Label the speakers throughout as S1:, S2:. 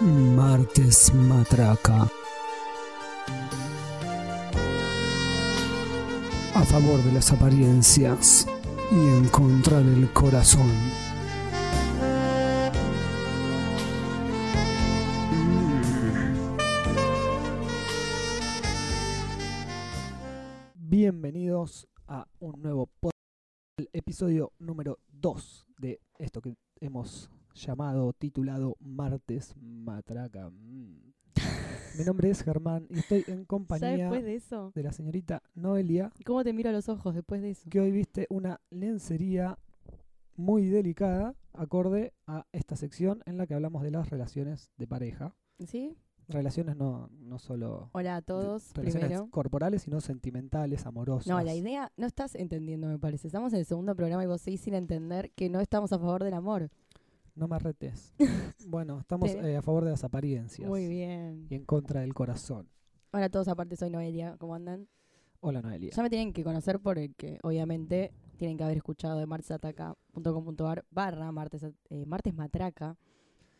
S1: Martes Matraca. A favor de las apariencias y en contra del corazón.
S2: Bienvenidos a un nuevo podcast, el episodio número 2 de esto que hemos llamado, titulado Martes Matraca. Mm. Mi nombre es Germán y estoy en
S3: Ya
S2: compañía
S3: después de eso,
S2: de la señorita Noelia,
S3: ¿cómo te miro a los ojos después de eso?
S2: que hoy viste una lencería muy delicada, acorde a esta sección en la que hablamos de las relaciones de pareja.
S3: ¿Sí?
S2: Relaciones no, no solo
S3: Hola a
S2: de-
S3: todos,
S2: relaciones
S3: primero.
S2: corporales, sino sentimentales, amorosas.
S3: No, la idea no estás entendiendo, me parece. Estamos en el segundo programa y vos seguís sin entender que no estamos a favor del amor.
S2: No me retes. bueno, estamos
S3: Pero-
S2: eh, a favor de las apariencias
S3: Muy bien.
S2: y en contra del corazón.
S3: Hola a todos, aparte soy Noelia, ¿cómo andan?
S2: Hola Noelia.
S3: Ya me tienen que conocer por el que, obviamente, tienen que haber escuchado de martesataca.com.ar barra martes, eh, martes matraca,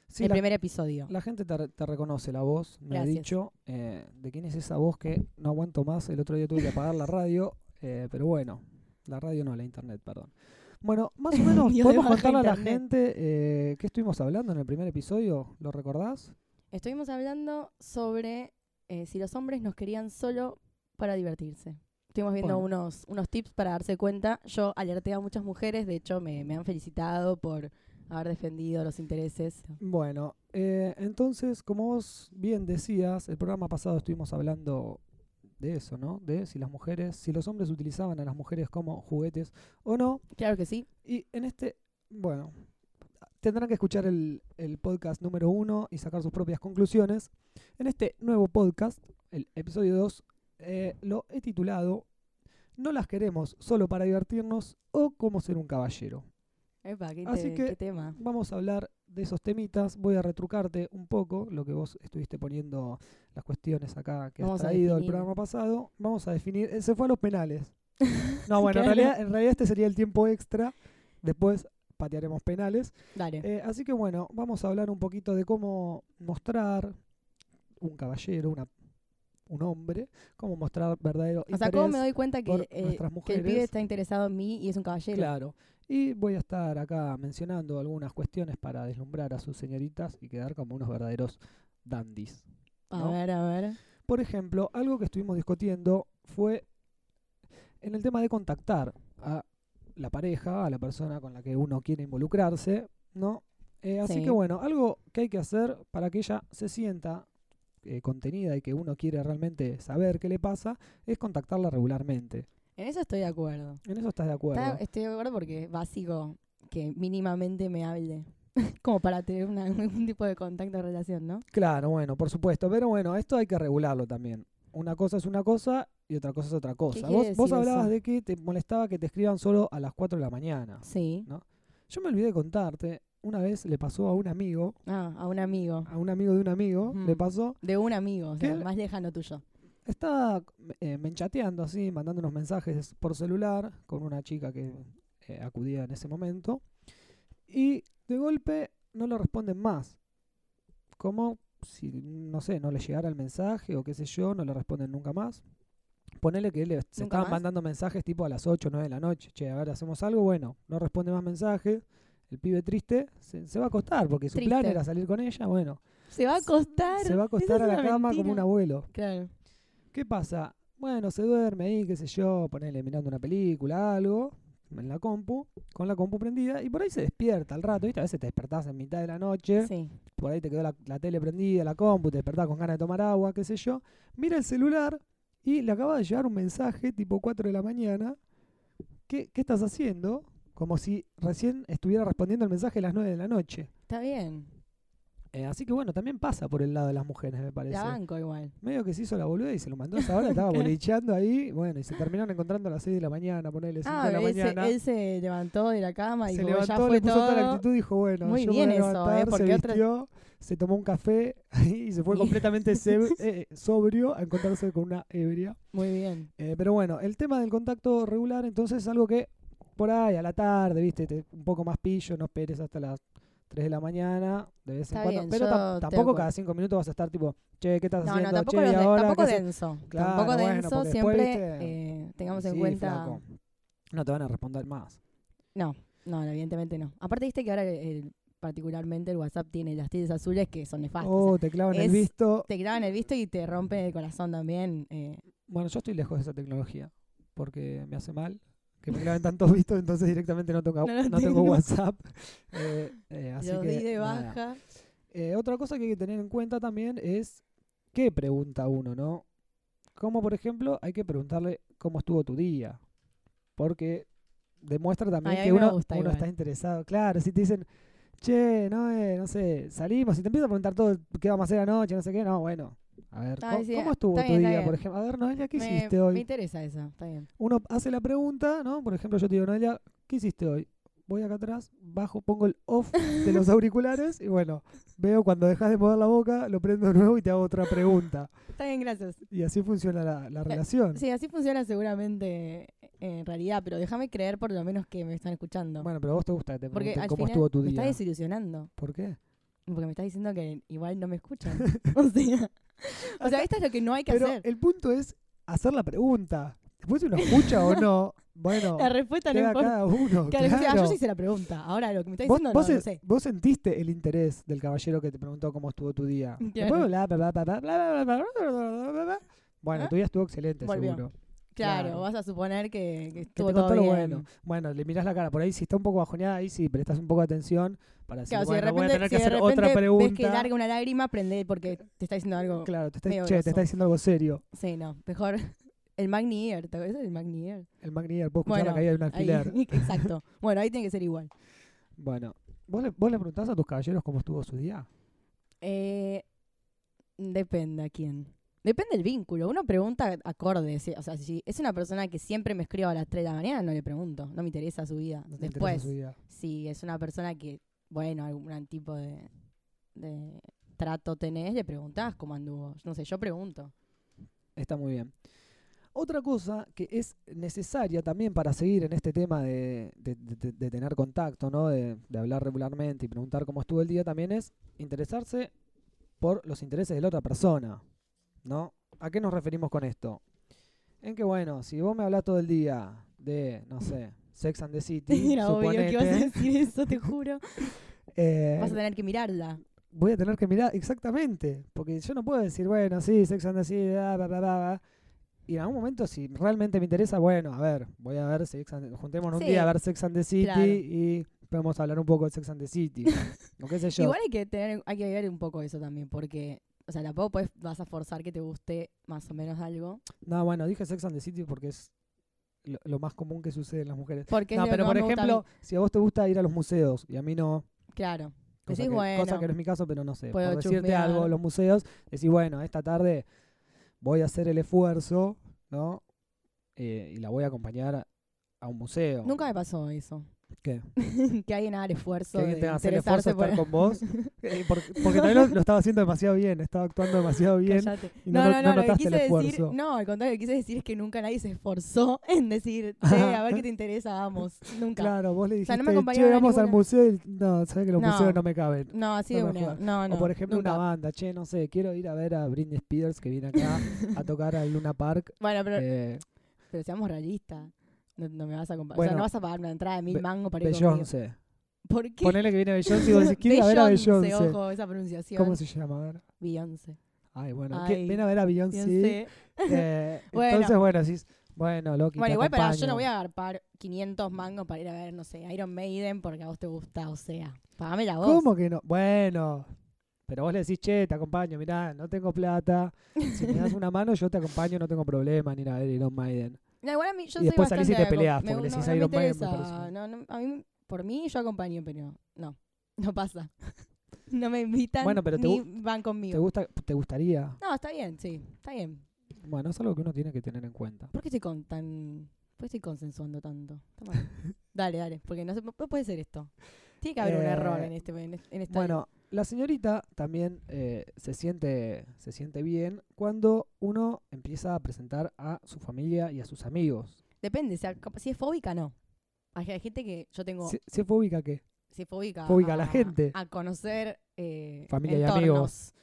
S2: Sí,
S3: el
S2: la,
S3: primer episodio.
S2: la gente te, re- te reconoce la voz. Me ha
S3: Gracias.
S2: dicho eh, de quién es esa voz que no aguanto más. El otro día tuve que apagar la radio, eh, pero bueno, la radio no, la internet, perdón. Bueno, más o menos
S3: Dios,
S2: podemos
S3: de baja
S2: contarle a la
S3: internet.
S2: gente eh, qué estuvimos hablando en el primer episodio. ¿Lo recordás?
S3: Estuvimos hablando sobre eh, si los hombres nos querían solo para divertirse. Estuvimos viendo
S2: Bueno.
S3: unos, unos tips para darse cuenta. Yo alerté a muchas mujeres, de hecho me, me han felicitado por haber defendido los intereses.
S2: Bueno, eh, entonces, como vos bien decías, el programa pasado estuvimos hablando de eso, ¿no? De si las mujeres, si los hombres utilizaban a las mujeres como juguetes o no.
S3: Claro que sí.
S2: Y en este, bueno, tendrán que escuchar el, el podcast número uno y sacar sus propias conclusiones. En este nuevo podcast, el episodio 2, lo he titulado No las queremos solo para divertirnos o cómo ser un caballero.
S3: Epa, qué,
S2: Así
S3: te-
S2: que-
S3: qué tema.
S2: Vamos a hablar de esos temitas. Voy a retrucarte un poco lo que vos estuviste poniendo las cuestiones acá que
S3: Vamos
S2: has
S3: a
S2: traído el
S3: definir.
S2: programa pasado. Vamos a definir. eh, se fue a los penales. No, bueno, en,
S3: Claro.
S2: realidad, en realidad este sería el tiempo extra. Después patearemos penales.
S3: Dale.
S2: Eh, así que bueno, vamos a hablar un poquito de cómo mostrar un caballero, una, un hombre, cómo mostrar verdadero
S3: o sea,
S2: interés.
S3: ¿cómo me doy cuenta que,
S2: por
S3: eh,
S2: nuestras
S3: que el
S2: mujeres.
S3: pibe está interesado en mí y es un caballero?
S2: Claro. Y voy a estar acá mencionando algunas cuestiones para deslumbrar a sus señoritas y quedar como unos verdaderos dandies.
S3: A
S2: ¿no?
S3: ver, a ver.
S2: Por ejemplo, algo que estuvimos discutiendo fue en el tema de contactar a la pareja, a la persona con la que uno quiere involucrarse, ¿no? Eh, así
S3: Sí.
S2: que bueno, algo que hay que hacer para que ella se sienta eh, contenida y que uno quiere realmente saber qué le pasa es contactarla regularmente.
S3: En eso estoy de acuerdo.
S2: En eso estás de acuerdo.
S3: Está- estoy de acuerdo porque es básico que mínimamente me hable. Como para tener una- un tipo de contacto o relación, ¿no?
S2: Claro, bueno, por supuesto. Pero bueno, esto hay que regularlo también. Una cosa es una cosa y otra cosa es otra cosa.
S3: quiere
S2: Vos, vos
S3: decir
S2: hablabas
S3: eso?
S2: de que te molestaba que te escriban solo a las 4 de la mañana.
S3: Sí.
S2: Yo me olvidé de contarte. Una vez le pasó a un amigo,
S3: Ah, a un amigo.
S2: a un amigo de un amigo,
S3: Ujú.
S2: le pasó,
S3: De un amigo, o sea,
S2: ¿Qué?
S3: más lejano tuyo.
S2: estaba eh, menchateando así, mandando unos mensajes por celular con una chica que eh, acudía en ese momento. Y de golpe no le responden más. Como si, no sé, no le llegara el mensaje o qué sé yo, no le responden nunca más. Ponele que le, se
S3: ¿Nunca
S2: estaban
S3: más?
S2: mandando mensajes tipo a las 8 o 9 de la noche. Che, a ver, hacemos algo. Bueno, no responde más mensajes. El pibe triste se, se va a acostar porque su plan
S3: Triste.
S2: era salir con ella. Bueno,
S3: Se va a acostar.
S2: se va a acostar a la cama como un abuelo.
S3: Claro.
S2: ¿Qué pasa? Bueno, se duerme ahí, qué sé yo, ponele mirando una película, algo, en la compu, con la compu prendida, y por ahí se despierta al rato, ¿viste? A veces te despertás en mitad de la noche,
S3: Sí.
S2: por ahí te quedó la, la tele prendida, la compu, te despertás con ganas de tomar agua, qué sé yo. Mira el celular y le acaba de llegar un mensaje tipo 4 de la mañana. ¿Qué, qué estás haciendo? Como si recién estuviera respondiendo el mensaje a las 9 de la noche.
S3: Está bien.
S2: Eh, así que bueno, también pasa por el lado de las mujeres, me parece.
S3: La banco igual.
S2: Medio que se hizo la boluda y se lo mandó a esa hora, estaba bolicheando ahí, bueno, y se terminaron encontrando a las 6 de la mañana, ponele 5
S3: Ah,
S2: de la
S3: él se,
S2: mañana.
S3: él se levantó de la cama y
S2: se
S3: dijo, ya
S2: levantó,
S3: fue
S2: le puso
S3: todo.
S2: toda la actitud, dijo, bueno,
S3: Muy
S2: yo me
S3: bien
S2: voy a
S3: eso, ¿eh?
S2: levantar, se
S3: Porque otras-
S2: vistió, se tomó un café y se fue completamente seb- eh, sobrio a encontrarse con una ebria.
S3: Muy bien.
S2: Eh, pero bueno, el tema del contacto regular entonces es algo que por ahí a la tarde, viste, te- un poco más pillo, no esperes hasta las 3 de la mañana, de vez en
S3: Está
S2: cuando.
S3: bien,
S2: pero
S3: yo
S2: tam-
S3: te
S2: tampoco
S3: acu-
S2: cada 5 minutos vas a estar tipo, che, ¿qué estás
S3: No,
S2: haciendo?
S3: no, tampoco,
S2: che,
S3: los
S2: y
S3: de-
S2: ahora,
S3: tampoco
S2: ¿qué haces?".
S3: denso.
S2: Claro,
S3: tampoco
S2: bueno,
S3: denso,
S2: porque después,
S3: siempre
S2: viste,
S3: eh, tengamos en
S2: Sí,
S3: cuenta.
S2: flaco. No te van a responder más.
S3: No, no, no, evidentemente no. Aparte, viste que ahora el- el- particularmente el WhatsApp tiene las tildes azules que son nefastas. o sea,
S2: oh, te clavan el
S3: es-
S2: visto.
S3: te graban el visto y te rompe el corazón también. eh,
S2: Bueno, yo estoy lejos de esa tecnología porque me hace mal que me claven tantos vistos, entonces directamente no, toca,
S3: No lo
S2: no tengo
S3: tengo.
S2: WhatsApp. Eh, eh, así
S3: los
S2: que,
S3: di de
S2: nada.
S3: baja.
S2: Eh, otra cosa que hay que tener en cuenta también es qué pregunta uno, ¿no? Como por ejemplo, hay que preguntarle cómo estuvo tu día, porque demuestra también
S3: Ay, a
S2: que
S3: mí me
S2: uno,
S3: gusta
S2: uno
S3: igual.
S2: está interesado. Claro, si te dicen, che, no, eh, no sé, salimos, y te empiezan a preguntar todo, qué vamos a hacer anoche, no sé qué, no, bueno. A ver,
S3: Está
S2: ¿cómo,
S3: bien,
S2: cómo estuvo
S3: está
S2: tu
S3: bien, está
S2: día,
S3: bien.
S2: por ejemplo? A ver, Noelia, ¿qué
S3: me,
S2: hiciste hoy?
S3: me interesa esa, está bien.
S2: uno hace la pregunta, ¿no? Por ejemplo, yo te digo, Noelia, ¿qué hiciste hoy? Voy acá atrás, bajo, pongo el off de los auriculares y bueno, veo cuando dejas de mover la boca, lo prendo de nuevo y te hago otra pregunta.
S3: Está bien, gracias.
S2: Y así funciona la, la relación.
S3: Eh, Sí, así funciona seguramente eh, en realidad, pero déjame creer por lo menos que me están escuchando.
S2: Bueno, pero a vos te gusta que te
S3: porque
S2: pregunten
S3: al
S2: cómo
S3: final
S2: estuvo tu
S3: me
S2: día.
S3: está desilusionando.
S2: ¿Por qué?
S3: Porque me está diciendo que igual no me escuchan. o sea, o sea, esto es lo que no hay que
S2: Pero
S3: hacer.
S2: el punto es hacer la pregunta. Después si uno escucha o no, bueno,
S3: La respuesta no
S2: queda
S3: importa.
S2: cada uno.
S3: Claro, o sea,
S2: claro.
S3: yo sí hice la pregunta. Ahora lo que me está
S2: Vos,
S3: diciendo
S2: vos
S3: no, no
S2: sen-
S3: sé.
S2: vos sentiste el interés del caballero que te preguntó cómo estuvo tu día.
S3: Claro.
S2: Después bla, bla, bla, bla, bla, bla, bla, bla, bla, bla, bla, bla. Bueno,
S3: ¿Ah?
S2: tu día estuvo excelente,
S3: Volvió.
S2: seguro.
S3: Claro,
S2: claro.
S3: vas a suponer que, que
S2: Que
S3: estuvo
S2: te
S3: todo
S2: contó lo
S3: bien.
S2: bueno. Bueno, le mirás la cara. Por ahí, si está un poco bajoneada, ahí sí prestás un poco de atención para decir,
S3: Claro, si de
S2: bueno, voy a
S3: repente,
S2: tener que
S3: si de
S2: hacer
S3: repente
S2: otra
S3: ves que
S2: pregunta.
S3: larga una lágrima, prende porque te está diciendo algo.
S2: Claro, te está,
S3: medio
S2: che, te
S3: groso.
S2: está diciendo algo serio.
S3: Sí, no, mejor el Magni Ear, ¿te acuerdas del Magni Ear?
S2: El Magnier, vos escuchás la
S3: Bueno,
S2: caída de un
S3: Ahí,
S2: alfiler.
S3: exacto. Bueno, ahí tiene que ser igual.
S2: Bueno, ¿vos le, ¿vos le preguntás a tus caballeros cómo estuvo su día?
S3: Eh, depende a quién. Depende del vínculo. Uno pregunta acorde. si- O sea, si es una persona que siempre me escribe a las 3 de la mañana, no le pregunto. No me interesa su vida.
S2: ¿No te interesa
S3: Después,
S2: su día?
S3: si es una persona que, bueno, algún tipo de, de trato tenés, le preguntás cómo anduvo. No sé, yo pregunto.
S2: Está muy bien. Otra cosa que es necesaria también para seguir en este tema de, de- de- de tener contacto, ¿no? De, de hablar regularmente y preguntar cómo estuvo el día también es interesarse por los intereses de la otra persona, ¿no? ¿A qué nos referimos con esto? En que, bueno, si vos me hablas todo el día de, no sé, Sex and the City,
S3: Era obvio que ibas a
S2: suponete,
S3: decir eso, te juro.
S2: eh,
S3: Vas a tener que mirarla.
S2: voy a tener que mirar exactamente, porque yo no puedo decir, bueno, sí, Sex and the City, bla, bla, bla, bla. Y en algún momento, si realmente me interesa, bueno, a ver, voy a ver Sex and juntémonos
S3: Sí,
S2: un día a ver Sex and the City
S3: claro.
S2: y podemos hablar un poco de Sex and the City. o qué sé yo.
S3: Igual hay que tener, hay que ver un poco eso también, porque, o sea, tampoco podés- vas a forzar que te guste más o menos algo.
S2: No, bueno, dije Sex and the City porque es lo, lo más común que sucede en las mujeres.
S3: Porque es
S2: No,
S3: lo
S2: pero
S3: que
S2: por
S3: más me gusta a mí.
S2: ejemplo, si a vos te gusta ir a los museos y a mí no,
S3: claro,
S2: cosa,
S3: Decís,
S2: que,
S3: bueno,
S2: cosa que no es mi caso, pero no sé, por
S3: puedo
S2: decirte
S3: chusmear.
S2: algo, los museos, decís, bueno, esta tarde voy a hacer el esfuerzo, ¿no? Eh, y la voy a acompañar a, a un museo.
S3: nunca me pasó eso.
S2: ¿Qué?
S3: que alguien haga el esfuerzo
S2: Que alguien
S3: de
S2: tenga que hacer el esfuerzo de estar
S3: interesarse por-
S2: con vos. Eh, por- porque, también lo, lo estaba haciendo demasiado bien, estaba actuando demasiado bien.
S3: Cállate.
S2: y no
S3: no,
S2: no- no
S3: no, no, lo que
S2: notaste el
S3: quise decir,
S2: esfuerzo.
S3: no, al contrario, lo que quise decir es que nunca nadie se esforzó en decir, che, a ver qué te interesa, vamos, nunca.
S2: Claro, vos le dijiste,
S3: sea, no me
S2: che,
S3: acompañaron a
S2: vamos al
S3: ninguna".
S2: museo y no, sabes que los
S3: No.
S2: museos no me caben.
S3: No, así
S2: No
S3: de
S2: me
S3: una,
S2: jodas.
S3: no, no.
S2: o por ejemplo
S3: nunca.
S2: una banda, che, no sé, quiero ir a ver a Britney Spears que viene acá a tocar al Luna Park.
S3: Bueno, pero,
S2: Eh,
S3: pero seamos realistas. No, no me vas a comprar, o
S2: Bueno,
S3: sea, no vas a pagar una entrada de mil
S2: Be-
S3: mangos para ir conmigo.
S2: Beyoncé.
S3: ¿Por qué?
S2: Ponele que viene Beyoncé y vos decís, quiero ir a ver a
S3: Beyoncé,
S2: Beyoncé.
S3: ojo, esa pronunciación.
S2: ¿Cómo se llama? A ver.
S3: Beyoncé.
S2: Ay, bueno,
S3: Ay,
S2: ¿quién- viene a ver a Beyoncé.
S3: Beyoncé.
S2: Eh,
S3: Bueno.
S2: Entonces, bueno, decís, bueno, Loki.
S3: Bueno,
S2: te
S3: igual para yo
S2: acompaño.
S3: no voy a agarpar 500 mangos para ir a ver, no sé, Iron Maiden porque a vos te gusta, o sea, pagame la voz.
S2: ¿Cómo que no? Bueno. Pero vos le decís, che, te acompaño, mirá, no tengo plata. Si me das una mano, yo te acompaño, no tengo problema en ir a ver Iron Maiden.
S3: No, igual a mí, yo
S2: Y
S3: soy
S2: después salís y
S3: bastante
S2: te peleás,
S3: acom- me-
S2: porque le
S3: no,
S2: decís
S3: no me
S2: Iron Maiden, me
S3: interesa,
S2: parece.
S3: no, no, a mí, por mí yo acompaño, pero no, no pasa. No me invitan
S2: Bueno, pero te
S3: ni van conmigo.
S2: ¿Te, gusta, ¿Te gustaría?
S3: no, está bien, sí, está bien.
S2: Bueno, es algo que uno tiene que tener en cuenta.
S3: ¿Por qué estoy con tan por qué estoy consensuando tanto? Está mal. dale, dale, porque no se, no puede ser esto. Tiene que haber un
S2: Eh,
S3: error en este en este- en esta
S2: Bueno, la señorita también eh, se, siente, se siente bien cuando uno empieza a presentar a su familia y a sus amigos.
S3: Depende, o sea, cap- si es fóbica, no. Hay hay gente que yo tengo.
S2: Se, se fue ubica que
S3: Se fóbica.
S2: Fóbica a la gente.
S3: A conocer. eh,
S2: Familia y
S3: entornos.
S2: amigos.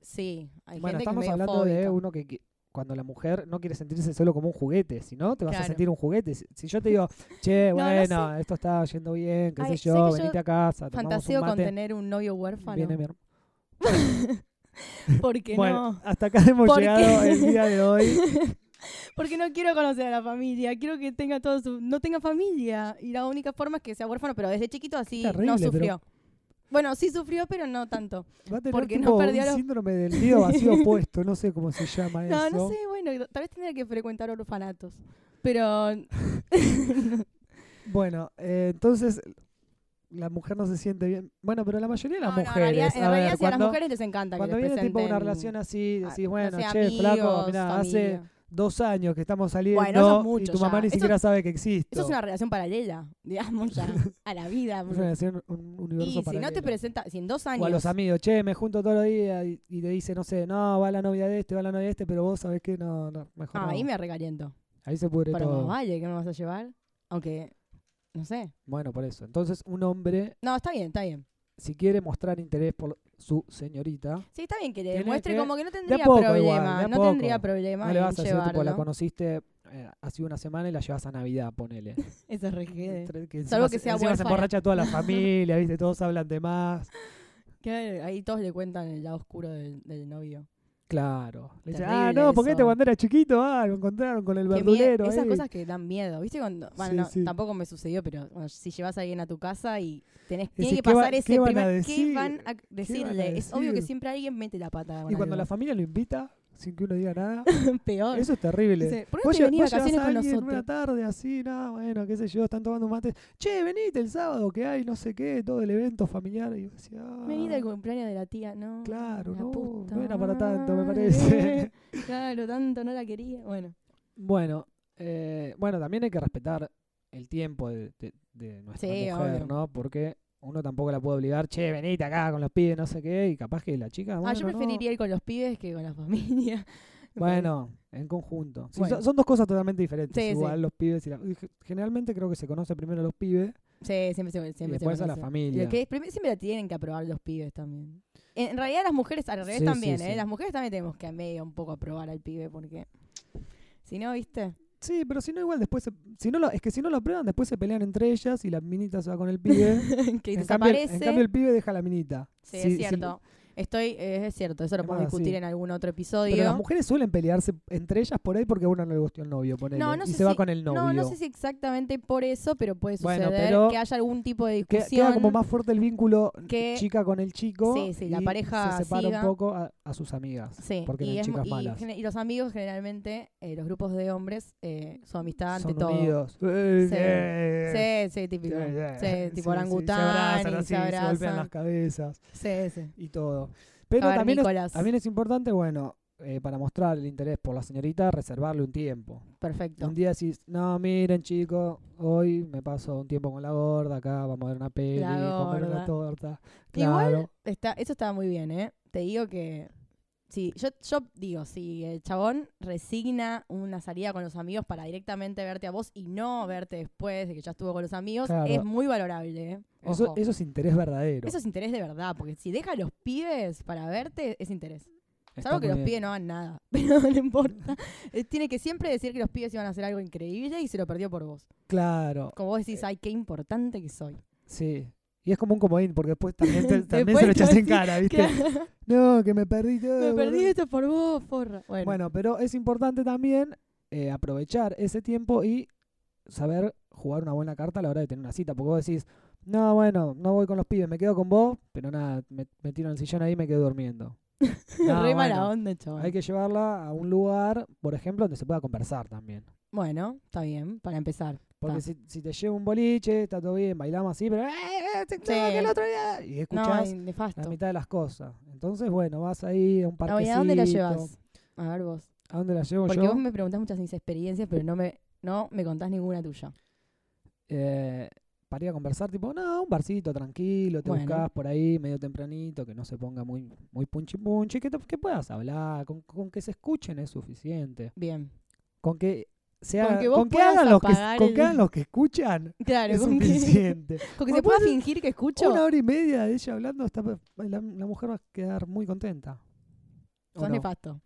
S3: Sí, hay
S2: Bueno,
S3: gente que es
S2: estamos
S3: medio
S2: hablando de
S3: fóbica.
S2: uno que, que- cuando la mujer no quiere sentirse solo como un juguete, si no, te vas a
S3: Claro.
S2: sentir un juguete. Si, si yo te digo, che,
S3: No, no
S2: bueno,
S3: sé.
S2: esto está yendo bien, qué
S3: Ay,
S2: sé
S3: sé
S2: yo,
S3: que yo
S2: venite a casa, tomamos un
S3: Fantaseo con
S2: mate.
S3: tener un novio huérfano.
S2: Viene mi hermano.
S3: Porque
S2: Bueno,
S3: no.
S2: hasta acá hemos
S3: ¿Por
S2: llegado
S3: qué?
S2: el día de hoy.
S3: Porque no quiero conocer a la familia. Quiero que tenga todo su. No tenga familia. Y la única forma es que sea huérfano, pero desde chiquito así
S2: Terrible,
S3: no
S2: pero-
S3: sufrió. Bueno, sí sufrió, pero no tanto.
S2: Va a tener
S3: Porque no
S2: tipo
S3: perdió
S2: un
S3: los-
S2: síndrome del nido vacío opuesto, no sé cómo se llama
S3: No,
S2: eso.
S3: no sé, bueno, tal vez tendría que frecuentar orfanatos. Pero
S2: Bueno, eh, entonces la mujer no se siente bien. Bueno, pero la mayoría de las
S3: No, no, en realidad-
S2: mujeres,
S3: en
S2: a
S3: realidad,
S2: ver,
S3: sí, a las
S2: cuando,
S3: mujeres les encanta
S2: cuando
S3: que les
S2: viene tipo una
S3: presenten,
S2: relación así,
S3: ah,
S2: decís,
S3: no
S2: bueno,
S3: sé,
S2: che, flaco,
S3: amigos,
S2: mirá, hace
S3: familia.
S2: dos años que estamos saliendo
S3: Bueno, eso es
S2: y
S3: mucho
S2: tu mamá
S3: ya.
S2: ni
S3: Eso-
S2: siquiera sabe que existe.
S3: Eso es una relación paralela, digamos ya, a la vida.
S2: Es una relación, un universo
S3: Y si
S2: paralelo.
S3: no te presenta, si en dos años.
S2: O a los amigos, che, me junto todos los días y, y te dice, no sé, no, va la novia de este, va la novia de este, pero vos sabés que no, no, mejor
S3: Ah,
S2: no.
S3: ahí me recaliento.
S2: Ahí se pudre
S3: Pero
S2: todo.
S3: más vale, ¿qué me vas a llevar? Aunque, no sé.
S2: Bueno, por eso. Entonces, un hombre,
S3: No, está bien, está bien.
S2: si quiere mostrar interés por su señorita,
S3: Sí, está bien que le
S2: Tiene
S3: demuestre
S2: que-
S3: como que no tendría
S2: poco igual,
S3: problema.
S2: de a
S3: no
S2: poco.
S3: tendría problema
S2: no le
S3: en
S2: vas a decir, tipo, la
S3: llevarlo.
S2: conociste eh, hace una semana y la llevas a Navidad, ponele.
S3: Eso es rejede.
S2: Entre- que
S3: Salvo
S2: encima
S3: que
S2: se-
S3: sea
S2: encima se
S3: huérfana.
S2: emborracha toda la familia, ¿viste? Todos hablan de más.
S3: Que Ahí todos le cuentan el lado oscuro del, del novio.
S2: Claro. Le dice,
S3: Terrible
S2: ah, no, porque este
S3: eso.
S2: cuando era chiquito, ah, lo encontraron con el
S3: Que mie-
S2: verdulero.
S3: Esas
S2: ahí".
S3: cosas que dan miedo, ¿viste? Cuando, bueno,
S2: Sí,
S3: no,
S2: sí.
S3: tampoco me sucedió, pero bueno, si llevas a alguien a tu casa y tenés
S2: Decís,
S3: tiene que
S2: "¿Qué va-
S3: pasar
S2: qué
S3: ese
S2: van a
S3: primer...
S2: decir?
S3: ¿Qué van a decirle? Es obvio que
S2: decir?
S3: siempre alguien mete la pata. con
S2: Y cuando la
S3: algo.
S2: familia lo invita, sin que uno diga nada,
S3: Peor.
S2: eso es terrible.
S3: Dice, ¿Por qué no
S2: Vos
S3: te
S2: lle-
S3: venís de
S2: vos llevas
S3: vacaciones
S2: a
S3: con
S2: alguien
S3: nosotros?
S2: Una tarde así, nada, bueno, qué sé yo, están tomando mate. Che, venite el sábado que hay, no sé qué, todo el evento familiar. Y yo decía, ah,
S3: Venite al cumpleaños de la tía, no.
S2: Claro,
S3: la
S2: no,
S3: puta
S2: no era para tanto, me
S3: madre.
S2: parece.
S3: Claro, tanto no la quería. Bueno,
S2: bueno, eh, bueno, también hay que respetar el tiempo de, de- de nuestra
S3: Sí,
S2: mujer,
S3: obvio.
S2: ¿no? Porque uno tampoco la puede obligar, che, venite acá con los pibes, no sé qué, y capaz que la chica.
S3: ah,
S2: bueno,
S3: yo
S2: no.
S3: preferiría ir con los pibes que con la familia. Me
S2: Bueno, en conjunto. Sí,
S3: Bueno.
S2: son, son dos cosas totalmente diferentes.
S3: Sí, sí.
S2: igual los pibes y la- y ge- Generalmente creo que se conoce primero a los pibes
S3: parece. Sí, siempre se
S2: y
S3: siempre se
S2: después a la
S3: conoce.
S2: familia.
S3: Lo que primero siempre la tienen que aprobar los pibes también. En, en realidad las mujeres, al revés
S2: Sí, sí,
S3: también,
S2: sí.
S3: ¿eh? Las mujeres también tenemos que a medio un poco aprobar al pibe porque... Si no, ¿viste?
S2: Sí, pero si no, igual después. se- si no lo, es que si no lo aprueban, después se pelean entre ellas y la minita se va con el pibe.
S3: que
S2: en, cambio, el- en
S3: desaparece.
S2: cambio, el pibe deja a la minita. Si-
S3: sí, es
S2: si-
S3: cierto. Estoy... eh, es cierto, eso lo
S2: Es
S3: podemos
S2: más,
S3: discutir
S2: sí.
S3: en algún otro
S2: pero las
S3: episodio.
S2: mujeres suelen pelearse entre ellas por ahí porque a una no le gustó el novio, ponele,
S3: No, no
S2: y
S3: sé
S2: se va
S3: si-
S2: con el novio.
S3: No, no sé si exactamente por eso, pero puede
S2: Bueno,
S3: suceder
S2: pero-
S3: que haya algún tipo de
S2: Que-
S3: discusión.
S2: Queda como más fuerte el vínculo
S3: que-
S2: chica con el chico.
S3: Sí, sí, la
S2: y
S3: pareja
S2: Se separa
S3: siga.
S2: un poco a, a sus amigas.
S3: Sí,
S2: Porque
S3: y,
S2: eran
S3: es mu-
S2: chicas
S3: y
S2: malas.
S3: gene- y los amigos generalmente, eh, los grupos de hombres, eh, su amistad ante
S2: Son
S3: todo.
S2: unidos.
S3: Sí.
S2: Eh,
S3: Sí, sí, típico.
S2: Sí,
S3: Sí, tipo orangután.
S2: Se abrazan
S3: y
S2: así,
S3: se abrazan.
S2: se golpean las cabezas
S3: Sí, sí.
S2: y todo. Pero también es,
S3: Cavernícolas.
S2: también es importante, bueno, eh, para mostrar el interés por la señorita, reservarle un tiempo.
S3: Perfecto.
S2: Un día decís, no, miren chicos, hoy me paso un tiempo con la gorda, acá vamos a ver una peli, comer una
S3: gorda.
S2: torta.
S3: Igual-
S2: Claro.
S3: Está, eso está muy bien, ¿eh? Te digo que. Sí, yo, yo digo, si el chabón resigna una salida con los amigos para directamente verte a vos y no verte después de que ya estuvo con los amigos,
S2: Claro.
S3: es muy valorable, ¿eh?
S2: Eso,
S3: Ojo.
S2: eso es interés verdadero.
S3: Eso es interés de verdad, porque si deja a los pibes para verte, es interés.
S2: Está
S3: Salvo que
S2: muy
S3: los
S2: bien.
S3: pibes no hagan nada, pero no importa. Eh, Tiene que siempre decir que los pibes iban a hacer algo increíble y se lo perdió por vos.
S2: Claro,
S3: Como vos decís, ay, qué importante que soy.
S2: sí. Y es como un comodín, porque después también, te- también se
S3: Después
S2: lo
S3: te
S2: echas en
S3: decís,
S2: cara, ¿viste?
S3: Claro,
S2: No, que me perdí todo.
S3: Me
S2: boludo.
S3: perdí esto por vos, porra. Bueno,
S2: Bueno, pero es importante también eh, aprovechar ese tiempo y saber jugar una buena carta a la hora de tener una cita. Porque vos decís, no, bueno, no voy con los pibes, me quedo con vos, pero nada, me, me tiro en el sillón ahí y me quedo durmiendo. No,
S3: re
S2: bueno,
S3: mala onda, chaval.
S2: Hay que llevarla a un lugar, por ejemplo, donde se pueda conversar también.
S3: Bueno, está bien, para empezar.
S2: Porque
S3: Ta.
S2: si, si te lleva un boliche, está todo bien, bailamos así, pero... "Eh, eh, te- no, que el otro día-". Y
S3: No,
S2: escuchás
S3: es nefasto.
S2: la mitad de las cosas. Entonces, bueno, vas ahí a un
S3: Ah,
S2: parquecito.
S3: ¿y ¿A dónde la llevas? A ver vos.
S2: ¿A dónde la llevo
S3: Porque
S2: yo?
S3: vos me preguntás muchas de mis experiencias, pero no me, no me contás ninguna tuya.
S2: eh, para ir a conversar, tipo, no, un barcito tranquilo, te
S3: Bueno.
S2: buscás por ahí medio tempranito, que no se ponga muy, muy punchi punchi, que, te- que puedas hablar, con, con que se escuchen es suficiente.
S3: Bien.
S2: Con que se
S3: Con
S2: haga-
S3: que vos
S2: con que
S3: puedas
S2: hagan los que,
S3: apagar
S2: con
S3: el-
S2: que hagan los que escuchan
S3: Claro,
S2: es
S3: con que,
S2: suficiente.
S3: con que
S2: Porque
S3: se pueda
S2: vos-
S3: fingir que escucho.
S2: Una hora y media de ella hablando, está, la, la mujer va a quedar muy contenta. ¿O
S3: Sos
S2: no?
S3: nefasto.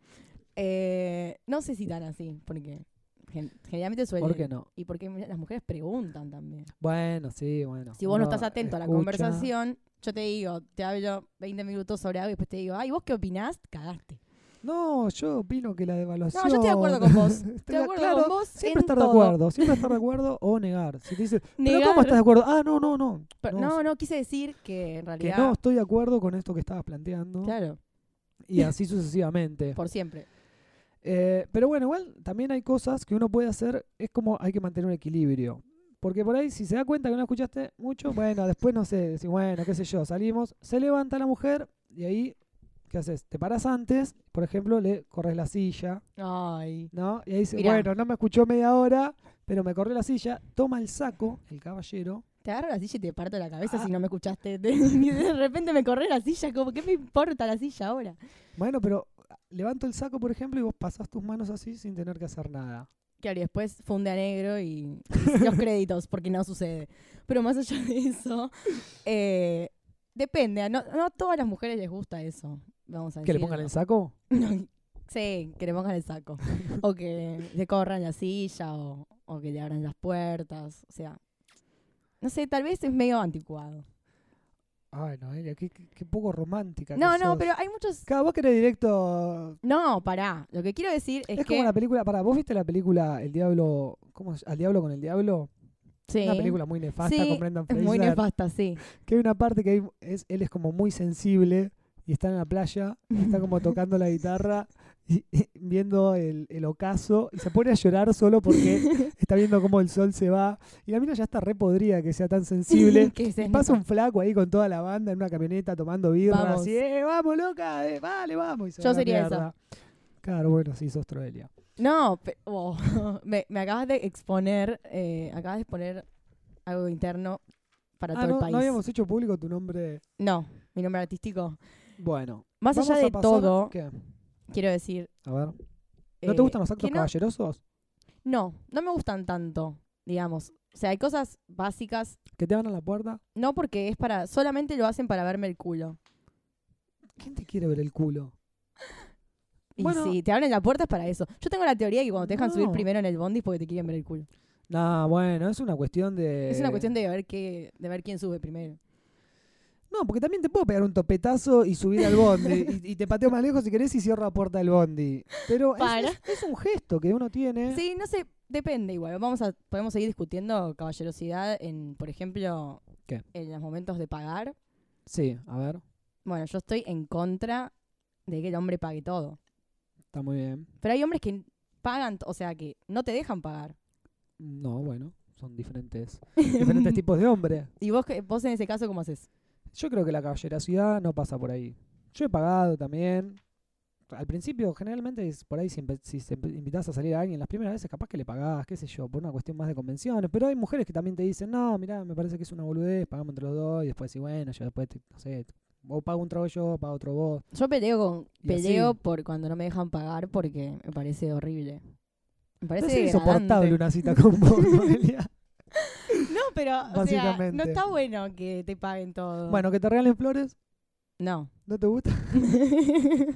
S3: Eh, no sé si tan así, porque gen- generalmente suelen.
S2: ¿Por qué no?
S3: Y porque mira, las mujeres preguntan también.
S2: Bueno, sí, bueno.
S3: Si vos
S2: uno
S3: no estás atento a la
S2: escucha.
S3: conversación, yo te digo, te hablo 20 minutos sobre algo y después te digo, ay, ¿vos qué opinás? Cagaste.
S2: No, yo opino que la devaluación.
S3: No, yo estoy de acuerdo con vos.
S2: Estoy
S3: Estoy de acuerdo
S2: claro,
S3: con vos.
S2: Siempre
S3: en
S2: estar
S3: todo.
S2: de acuerdo, siempre estar de acuerdo o negar. Si te dicen,
S3: Negar,
S2: ¿pero cómo estás de acuerdo? Ah, no, no, no.
S3: pero-
S2: no,
S3: no, no, quise decir que en
S2: Que
S3: realidad.
S2: no estoy de acuerdo con esto que estabas planteando.
S3: Claro,
S2: Y así sucesivamente.
S3: por siempre.
S2: Eh, pero bueno, igual también hay cosas que uno puede hacer, es como hay que mantener un equilibrio. Porque por ahí, si se da cuenta que no escuchaste mucho, bueno, después no sé, decís, bueno, qué sé yo, salimos, se levanta la mujer y ahí, ¿qué haces? Te paras antes, por ejemplo, le corres la silla,
S3: Ay.
S2: ¿no? Y ahí dice,
S3: Mirá.
S2: bueno, no me escuchó media hora, pero me corrió la silla, toma el saco, el caballero,
S3: Te agarro la silla y te parto la cabeza
S2: Ah.
S3: si no me escuchaste. Y de repente me corré la silla, como, ¿qué me importa la silla ahora?
S2: bueno, pero ah, levanto el saco, por ejemplo, y vos pasás tus manos así sin tener que hacer nada.
S3: Claro, y después funde a negro y, y los créditos, porque no sucede. Pero más allá de eso, eh, depende. a No, no a todas las mujeres les gusta eso. Vamos a
S2: ¿Que le pongan el
S3: decirlo.
S2: saco?
S3: No, sí, que le pongan el saco. o que le corran la silla o, o que le abran las puertas. O sea, no sé, tal vez es medio anticuado.
S2: Ay, Noelia, qué, qué- qué poco romántica.
S3: No,
S2: que
S3: no,
S2: sos.
S3: pero hay muchos.
S2: Claro, vos querés directo.
S3: No, pará. Lo que quiero decir es,
S2: Es,
S3: que.
S2: como la película. Pará, ¿vos viste la película El Diablo. ¿Cómo se- Al Diablo con el Diablo?
S3: sí,
S2: Una película muy nefasta
S3: Sí,
S2: con Brendan
S3: es
S2: Fraser.
S3: muy nefasta, sí.
S2: Que hay una parte que hay- es, él es como muy sensible y está en la playa, y está como tocando la guitarra. Y, y viendo el, el ocaso y se pone a llorar solo porque está viendo cómo el sol se va y la mina ya está re podrida que sea tan sensible
S3: que se
S2: Y pasa un flaco ahí con toda la banda en una camioneta tomando birra,
S3: Vamos.
S2: así, "Eh, vamos, loca, eh, vale, vamos. y se
S3: Yo
S2: va a la
S3: sería
S2: mierda. Claro, bueno, sí, sos Troelia.
S3: No, pe- oh, me, me acabas de exponer, eh, acabas de exponer algo interno para
S2: Ah,
S3: todo el
S2: no,
S3: país.
S2: no
S3: No,
S2: habíamos hecho público tu nombre.
S3: mi nombre artístico.
S2: Bueno,
S3: Más
S2: vamos
S3: allá
S2: a
S3: de
S2: pasar-
S3: todo,
S2: ¿qué?
S3: quiero decir.
S2: A ver, ¿no te
S3: eh,
S2: gustan los actos
S3: que no,
S2: caballerosos?
S3: no, no me gustan tanto, digamos. O sea, hay cosas básicas,
S2: ¿Que te abran la puerta?
S3: no porque es para, solamente lo hacen para verme el culo.
S2: ¿Quién te quiere ver el culo?
S3: Y
S2: Bueno.
S3: si te abren la puerta es para eso. Yo tengo la teoría que cuando te dejan subir
S2: No.
S3: primero en el bondi es porque te quieren ver el culo.
S2: Nah, bueno, es una cuestión de...
S3: Es una cuestión de ver qué, de ver quién sube primero.
S2: No, porque también te puedo pegar un topetazo y subir al bondi. y, y te pateo más lejos si querés y cierro la puerta del bondi. Pero es-
S3: Para.
S2: es, es un gesto que uno tiene.
S3: Sí, no sé, depende igual. Vamos a, podemos seguir discutiendo caballerosidad en, por ejemplo,
S2: ¿Qué?
S3: en los momentos de pagar.
S2: sí a ver,
S3: Bueno, yo estoy en contra de que el hombre pague todo.
S2: está muy bien.
S3: Pero hay hombres que pagan, o sea, que no te dejan pagar.
S2: No, bueno, son diferentes, diferentes tipos de hombre.
S3: Y vos, que- vos en ese caso, ¿cómo haces?
S2: Yo creo que la caballerosidad no pasa por ahí. Yo he pagado también. Al principio, generalmente, es por ahí si, empe- si se empe- invitás a salir a alguien, las primeras veces capaz que le pagás, qué sé yo, por una cuestión más de convenciones. Pero hay mujeres que también te dicen, no, mirá, me parece que es una boludez, pagamos entre los dos, y después sí, bueno, yo después, te- no sé, o pago un trago yo, pago otro vos.
S3: Yo peleo con,
S2: Y
S3: peleo
S2: así.
S3: por cuando no me dejan pagar porque me parece horrible. Me parece
S2: No es insoportable
S3: degradante.
S2: una cita con vos, Noelia.
S3: No, pero o sea, no
S2: Básicamente.
S3: está bueno que te paguen todo.
S2: Bueno, que te regalen flores,
S3: no.
S2: ¿no te gusta?
S3: no,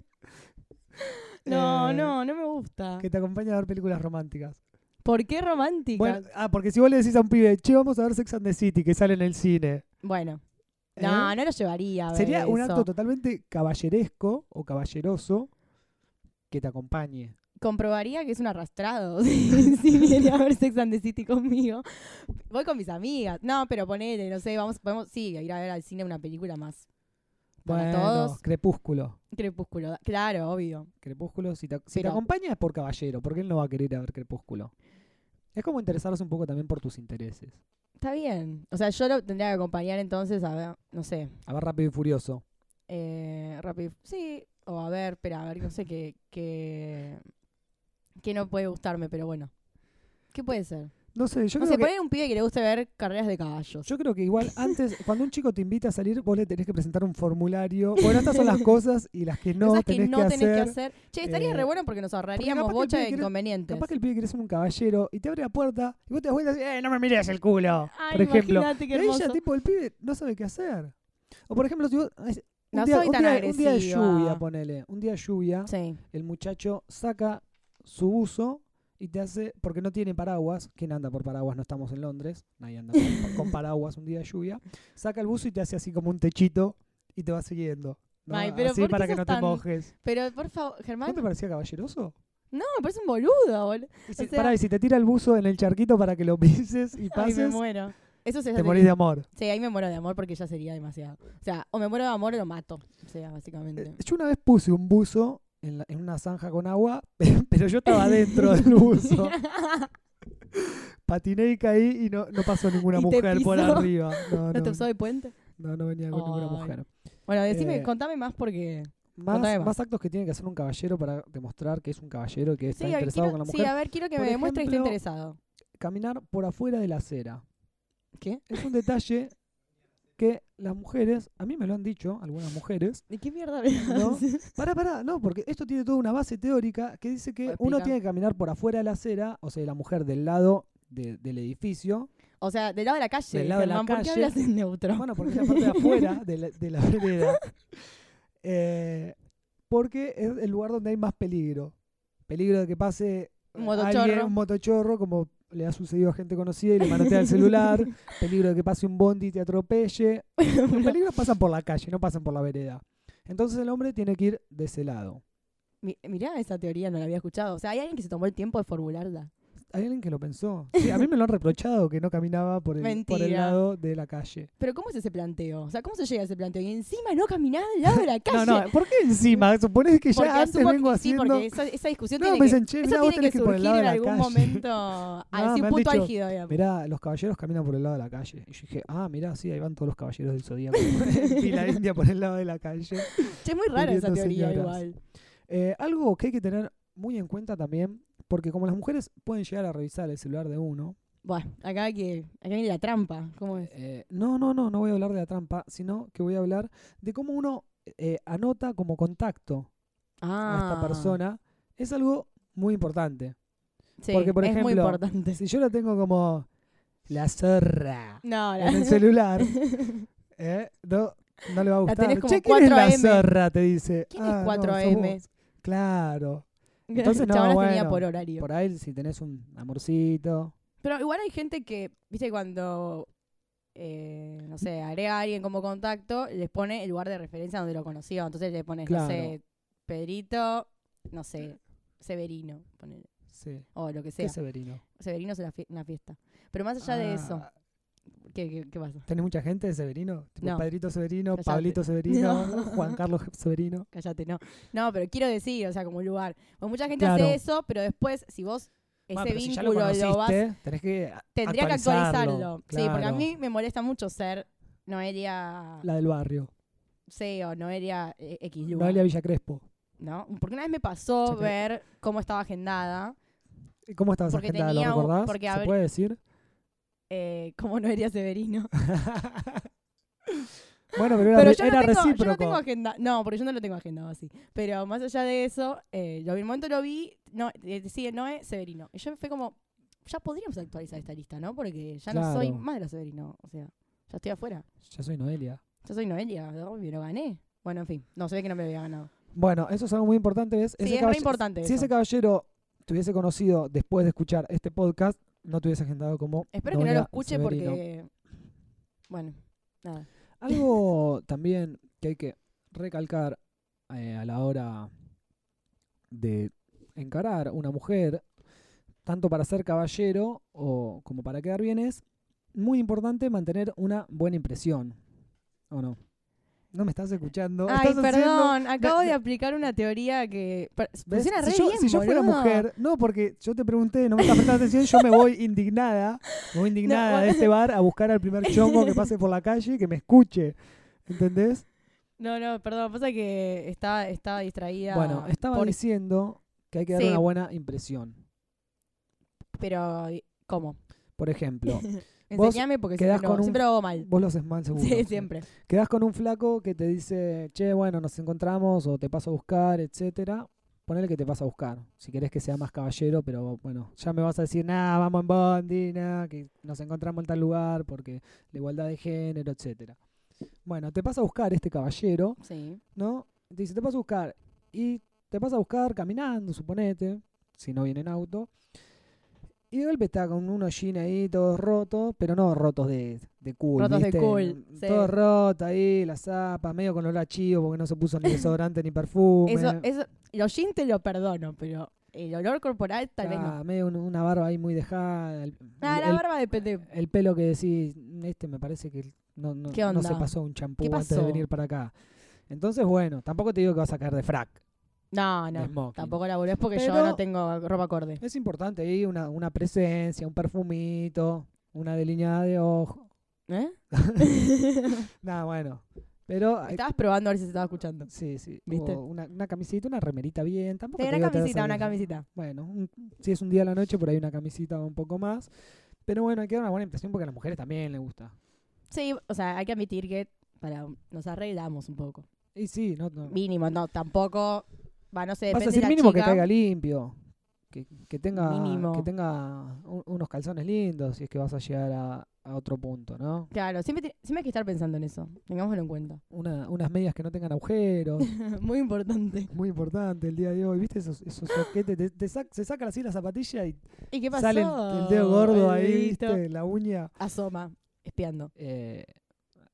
S2: Eh,
S3: no, no me gusta.
S2: Que te acompañe a ver películas románticas.
S3: ¿Por qué romántica?
S2: Bueno,
S3: Bueno,
S2: ah, porque si vos le decís a un pibe, che, vamos a ver Sex and the City, que sale en el cine.
S3: no,
S2: ¿eh?
S3: no lo llevaría. a ver
S2: Sería un
S3: eso.
S2: acto totalmente caballeresco o caballeroso que te acompañe.
S3: Comprobaría que es un arrastrado si si viene a ver Sex and the City conmigo. Voy con mis amigas. No, pero ponele, no sé, vamos, podemos, sí, ir a ver al cine una película más. Para
S2: Bueno,
S3: todos.
S2: Crepúsculo.
S3: Crepúsculo, claro, obvio.
S2: Crepúsculo, si te, si te
S3: Pero-
S2: acompaña es por caballero, porque él no va a querer ir a ver Crepúsculo. Es como interesarse un poco también por tus intereses.
S3: Está bien. O sea, yo lo tendría que acompañar entonces a ver, no sé,
S2: A ver, rápido y furioso.
S3: eh, rápido. Sí, o a ver, espera, a ver, no sé qué, qué, qué no puede gustarme, pero bueno. ¿Qué puede ser?
S2: No sé, yo
S3: No
S2: creo
S3: sé,
S2: que...
S3: ponen un pibe que le guste ver carreras de caballos.
S2: Yo creo que igual antes, cuando un chico te invita a salir, vos le tenés que presentar un formulario. Bueno, estas son las cosas y las que no
S3: Cosas que
S2: tenés
S3: no
S2: que
S3: tenés
S2: hacer.
S3: que hacer. Che, estaría
S2: eh,
S3: re bueno porque nos ahorraríamos
S2: capaz que el
S3: bocha
S2: pibe
S3: de
S2: quiere-
S3: inconvenientes.
S2: Capaz que el pibe quiere ser un caballero y te abre la puerta y vos te das vuelta y decís, "Eh, no me mires el culo.
S3: Ay,
S2: por ejemplo.
S3: imagínate qué
S2: Y ahí ya,
S3: hermoso.
S2: tipo, el pibe no sabe qué hacer. O por ejemplo, si vos- es- un,
S3: No
S2: día,
S3: soy
S2: un
S3: tan
S2: día- un día de
S3: agresiva.
S2: lluvia, ponele. Un día de lluvia,
S3: Sí.
S2: el muchacho saca su buzo y te hace, porque no tiene paraguas, ¿quién anda por paraguas? No estamos en Londres, nadie anda con, con paraguas un día de lluvia, saca el buzo y te hace así como un techito y te va siguiendo. ¿no?
S3: Ay, pero
S2: así
S3: ¿por qué
S2: para que
S3: sos
S2: no te
S3: tan-
S2: mojes.
S3: Pero, por favor,
S2: ¿No
S3: Germán,
S2: te parecía caballeroso?
S3: no, me parece un boludo, boludo.
S2: Y si,
S3: sea-
S2: pará, y si te tira el buzo en el charquito para que lo pises y
S3: Ay, me
S2: pases,
S3: muero. Eso se
S2: te morís de amor.
S3: Sí, ahí me muero de amor porque ya sería demasiado. O sea, o me muero de amor o lo mato. O sea, básicamente.
S2: Eh, Yo una vez puse un buzo en, la- en una zanja con agua, pero yo estaba dentro del buzo. Patiné y caí y no, no pasó ninguna
S3: Y te
S2: mujer por
S3: pisó.
S2: arriba. No,
S3: ¿No te
S2: no,
S3: usó de puente?
S2: no, no venía con ninguna
S3: Ay.
S2: mujer.
S3: Bueno, decime,
S2: Eh,
S3: contame más porque... Contame
S2: Más,
S3: más.
S2: más actos que tiene que hacer un caballero para demostrar que es un caballero y que está
S3: Sí, a ver,
S2: interesado
S3: quiero,
S2: con la
S3: sí,
S2: mujer.
S3: a ver, quiero que
S2: Por
S3: me demuestres que está
S2: ejemplo-
S3: interesado.
S2: Caminar por afuera de la acera.
S3: ¿Qué?
S2: Es un detalle que las mujeres, a mí me lo han dicho algunas mujeres,
S3: ¿De qué mierda hablas?
S2: No. Pará, pará, no, porque esto tiene toda una base teórica que dice que
S3: Explica.
S2: uno tiene que caminar por afuera de la acera, o sea, la mujer del lado de- del edificio.
S3: O sea, del lado de la calle.
S2: Del lado de la
S3: Germán, ¿Por qué
S2: calle.
S3: hablas en neutro?
S2: Bueno, porque es la parte de afuera de la, de la vereda. Eh, porque es el lugar donde hay más peligro. Peligro de que pase
S3: Un motochorro.
S2: alguien, un motochorro, como le ha sucedido a gente conocida y le manotea el celular. peligro de que pase un bondi y te atropelle. Los peligros pasan por la calle, no pasan por la vereda. Entonces el hombre tiene que ir de ese lado.
S3: Mi- Mirá, esa teoría no la había escuchado. O sea, hay alguien que se tomó el tiempo de formularla.
S2: Hay alguien que lo pensó. Sí, a mí me lo han reprochado que no caminaba por el, por el
S3: Mentira.
S2: lado de la calle.
S3: Pero ¿cómo es ese planteo? O sea, ¿cómo se llega a ese planteo? Y encima no caminás del lado de la calle.
S2: No, no, ¿por qué encima? Supones que
S3: Porque
S2: ya antes
S3: asumo que-
S2: vengo
S3: sí,
S2: haciendo.
S3: porque esa, esa discusión
S2: No, me
S3: tiene que,
S2: dicen, che,
S3: eso
S2: mirá, vos
S3: tiene
S2: tenés que
S3: que
S2: ir por el
S3: surgir
S2: lado de
S3: en
S2: la
S3: algún
S2: calle.
S3: momento a
S2: No,
S3: decir
S2: me han
S3: punto
S2: dicho,
S3: álgido, digamos.
S2: Mirá, los caballeros caminan por el lado de la calle. Y yo dije, ah, mirá, sí, ahí van todos los caballeros del zodíaco. y la India por el lado de la calle.
S3: Che, es muy rara esa
S2: pidiendo
S3: teoría
S2: señoras.
S3: igual.
S2: Eh, algo que hay que tener muy en cuenta también, porque como las mujeres pueden llegar a revisar el celular de uno,
S3: Bueno, acá hay que, acá viene la trampa. ¿Cómo es?
S2: eh, no, no, no, no voy a hablar de la trampa, sino que voy a hablar de cómo uno eh, anota como contacto a
S3: Ah,
S2: esta persona es algo muy importante.
S3: Sí,
S2: porque, por
S3: es muy
S2: ejemplo,
S3: importante.
S2: Si yo la tengo como la zorra
S3: No, la,
S2: en el celular, eh, no, no le va a
S3: La
S2: gustar.
S3: tenés como
S2: che, ¿quién es la
S3: 4M?
S2: zorra? Te dice.
S3: ¿Quién
S2: Ah,
S3: es
S2: no,
S3: 4M?
S2: sos vos. claro.
S3: Entonces,
S2: Entonces, no,
S3: tenía
S2: bueno,
S3: por horario.
S2: Por ahí si tenés un amorcito.
S3: Pero igual hay gente que, viste, cuando, eh, no sé, agrega a alguien como contacto, les pone el lugar de referencia donde lo conoció. Entonces le pones, no
S2: Claro.
S3: sé, Pedrito, no sé, Severino, ponele,
S2: Sí.
S3: o lo que
S2: Qué
S3: sea.
S2: Severino.
S3: Severino es una, fie- una fiesta. Pero más allá de
S2: Ah,
S3: eso, ¿qué, qué, qué pasa?
S2: ¿Tenés mucha gente de Severino? Tipo
S3: No.
S2: Padrito Severino,
S3: Cállate.
S2: Pablito Severino,
S3: No.
S2: Juan Carlos Severino.
S3: Cállate, no. No, pero quiero decir, o sea, como un lugar. Pues mucha gente
S2: Claro.
S3: hace eso, pero después, si vos ese
S2: Bueno, pero si ya lo
S3: vínculo lo vas
S2: conociste, tenés que
S3: Tendría que
S2: actualizarlo,
S3: actualizarlo. Sí, porque a
S2: claro.
S3: mí me molesta mucho ser Noelia
S2: la del barrio.
S3: C o Noelia eh, X
S2: No
S3: lugar.
S2: Noelia Villa Crespo.
S3: ¿no? Porque una vez me pasó
S2: Chacra-
S3: ver cómo estaba agendada,
S2: ¿Y ¿Cómo estaba esa
S3: Porque
S2: agendada? ¿Lo
S3: tenía un-
S2: recordás?
S3: porque
S2: ¿Se
S3: abrí-
S2: puede decir?
S3: eh, como Noelia Severino.
S2: bueno, pero era,
S3: Pero
S2: re-
S3: yo, no
S2: era
S3: tengo, yo
S2: recíproco.
S3: no tengo agenda. No, porque yo no lo tengo agendado así. Pero más allá de eso, eh, yo en un momento lo vi, no, eh, sigue Noé Severino. Y yo fue como, ya podríamos actualizar esta lista, ¿no? Porque ya no soy
S2: Claro.
S3: más de la Severino. O sea, ya estoy afuera.
S2: Yo soy Noelia.
S3: Ya soy Noelia, obvio, lo gané. Bueno, en fin, no se ve que no me había ganado.
S2: Bueno, eso es algo muy importante, ¿ves?
S3: Sí,
S2: Ese
S3: es re
S2: caballe-
S3: importante
S2: Si
S3: eso.
S2: ese caballero te hubiese conocido después de escuchar este podcast, no te hubiese agendado como
S3: Espero que no
S2: Noelia
S3: lo escuche
S2: Severino.
S3: porque. Bueno, nada.
S2: Algo también que hay que recalcar eh, a la hora de encarar una mujer, tanto para ser caballero o como para quedar bien, es muy importante mantener una buena impresión. ¿O no? No me estás escuchando.
S3: Ay,
S2: Estás haciendo-
S3: perdón, acabo
S2: me-
S3: de aplicar una teoría que. per-
S2: ¿Ves?
S3: Funciona re
S2: si, yo,
S3: bien,
S2: si yo fuera
S3: boludo.
S2: mujer, no, porque yo te pregunté, no me estás prestando atención, yo me voy indignada, me voy indignada de este bar a buscar al primer chongo que pase por la calle y que me escuche. ¿Entendés?
S3: No, no, perdón, pasa que estaba, estaba distraída.
S2: Bueno, estaba
S3: por-
S2: diciendo que hay que dar
S3: Sí.
S2: una buena impresión.
S3: Pero, ¿cómo?
S2: Por ejemplo, Vos
S3: Enseñame porque
S2: quedás
S3: siempre, lo-
S2: con un-
S3: siempre lo hago mal.
S2: vos lo haces mal seguro.
S3: Sí, siempre.
S2: Quedás con un flaco que te dice, che, bueno, nos encontramos o te paso a buscar, etcétera. Ponele que te pasa a buscar, si querés que sea más caballero, pero bueno, ya me vas a decir, nada, vamos en Bondi, nah, que nos encontramos en tal lugar porque la igualdad de género, etcétera. Bueno, te pasa a buscar este caballero,
S3: Sí.
S2: ¿no? Te dice, te pasa a buscar. Y te pasa a buscar caminando, suponete, si no viene en auto. Y de golpe está con unos jeans ahí todos rotos, pero no rotos de, de cool.
S3: Rotos de
S2: ¿viste?
S3: cool, sí.
S2: Todo roto ahí, la zapa, medio con olor a chivo porque no se puso ni desodorante ni perfume.
S3: Eso, eso, los jeans te lo perdono, pero el olor corporal tal vez
S2: Ah,
S3: no.
S2: Medio un- una barba ahí muy dejada. El,
S3: Ah,
S2: el-
S3: la barba depende.
S2: el pelo que decís, este me parece que no, no-
S3: ¿Qué
S2: no
S3: onda?
S2: se pasó un champú
S3: ¿Qué
S2: antes de
S3: pasó?
S2: venir para acá. Entonces, bueno, tampoco te digo que vas a caer de frac.
S3: No,
S2: de
S3: no.
S2: smoking.
S3: Tampoco la volvés porque yo
S2: Pero-
S3: no tengo ropa acorde.
S2: Es importante ahí una, una presencia, un perfumito, una delineada de ojo.
S3: ¿Eh?
S2: Nada, bueno. Pero. hay-
S3: Estabas probando a ver si se estaba escuchando.
S2: Sí, sí.
S3: ¿Viste?
S2: o Una, una camisita, una remerita bien. Tampoco te
S3: Sí, una
S2: digo te vas a
S3: camisita, una
S2: des-
S3: camisita.
S2: Bueno, un- si es un día a la noche, por ahí una camisita o un poco más. Pero bueno, hay que dar una buena impresión porque a las mujeres también les gusta.
S3: Sí, o sea, hay que admitir que para, nos arreglamos un poco.
S2: Y sí, no. no.
S3: Mínimo, no, tampoco. Va, no sé,
S2: Vas
S3: depende
S2: a decir
S3: de la
S2: mínimo
S3: chica.
S2: que caiga limpio. Que, que tenga,
S3: Mínimo.
S2: que tenga un- unos calzones lindos, si es que vas a llegar a, a otro punto, ¿no?
S3: Claro, siempre, ti- siempre hay que estar pensando en eso. Tengámoslo en cuenta.
S2: Una- unas medias que no tengan agujeros.
S3: Muy importante.
S2: Muy importante el día de hoy, ¿viste? Esos, esos soquetes, te, te sac- se sacan así la zapatilla y
S3: ¿Y qué pasó?
S2: sale el, el dedo gordo
S3: El
S2: ahí,
S3: dedito.
S2: ¿viste? La uña.
S3: Asoma, espiando.
S2: Eh,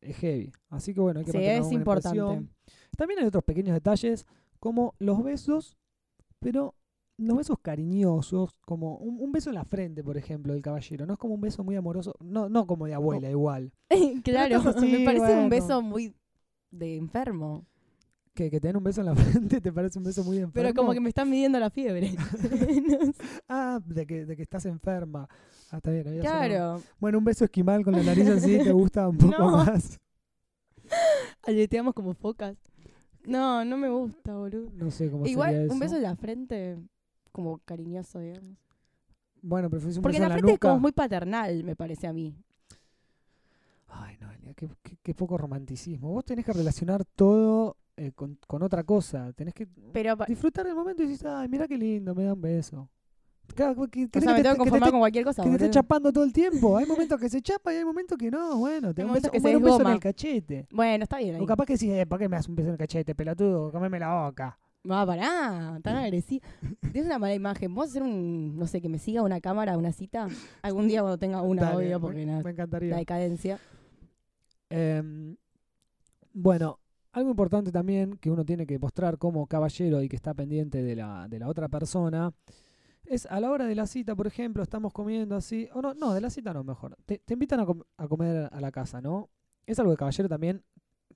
S2: es heavy. Así que bueno, hay que
S3: Sí,
S2: mantener
S3: es
S2: una buena
S3: importante.
S2: impresión. También hay otros pequeños detalles, como los besos, pero los besos cariñosos, como un, un beso en la frente, por ejemplo, del caballero. No es como un beso muy amoroso, no, no como de abuela, igual.
S3: claro,
S2: Una cosa así,
S3: me parece
S2: bueno.
S3: un beso muy de enfermo.
S2: Que, que te den un beso en la frente te parece un beso muy enfermo.
S3: Pero como que me están midiendo la fiebre. No sé.
S2: Ah, de que, de que estás enferma. Ah, está bien. había sonado.
S3: claro.
S2: Bueno, un beso esquimal con la nariz así te gusta un poco
S3: No.
S2: más.
S3: Aleteamos como focas. No, no me gusta, boludo.
S2: No sé cómo sería
S3: Igual,
S2: eso.
S3: un beso en la frente, como cariñoso, digamos.
S2: Bueno, preferís un
S3: Porque en
S2: beso
S3: la
S2: en la
S3: frente es
S2: nuca.
S3: como muy paternal, me parece a mí.
S2: Ay, no, Elia, qué, qué- qué poco romanticismo. Vos tenés que relacionar todo eh, con, con otra cosa. Tenés que
S3: Pero, pa-
S2: disfrutar del momento y decís, ay, mira qué lindo, me da un beso. Claro, que- que,
S3: o
S2: querés
S3: sea,
S2: que te-
S3: me tengo que
S2: que te
S3: conformar
S2: esté-
S3: con cualquier cosa,
S2: que te esté
S3: boludo.
S2: chapando todo el tiempo. Hay momentos que se chapa y hay momentos que no. Bueno, te da un beso,
S3: momentos que
S2: un
S3: se
S2: buen beso en
S3: desgoma.
S2: el cachete.
S3: Bueno, está bien ahí.
S2: O capaz que decís, eh, ¿para qué me das un beso en el cachete, pelotudo? Comeme la boca.
S3: Va, Ah, pará, tan agresivo. Tienes una mala imagen. ¿Vos hacer un, no sé, que me siga una cámara, una cita? Algún día cuando tenga Ah, una,
S2: Dale,
S3: obvio,
S2: me-
S3: porque nada,
S2: Me encantaría.
S3: la decadencia.
S2: Em, bueno, algo importante también que uno tiene que postrar como caballero y que está pendiente de la, de la otra persona es a la hora de la cita, por ejemplo, estamos comiendo así, o no, no, de la cita no, mejor. Te, te invitan a, com- a comer a la casa, ¿no? Es algo de caballero también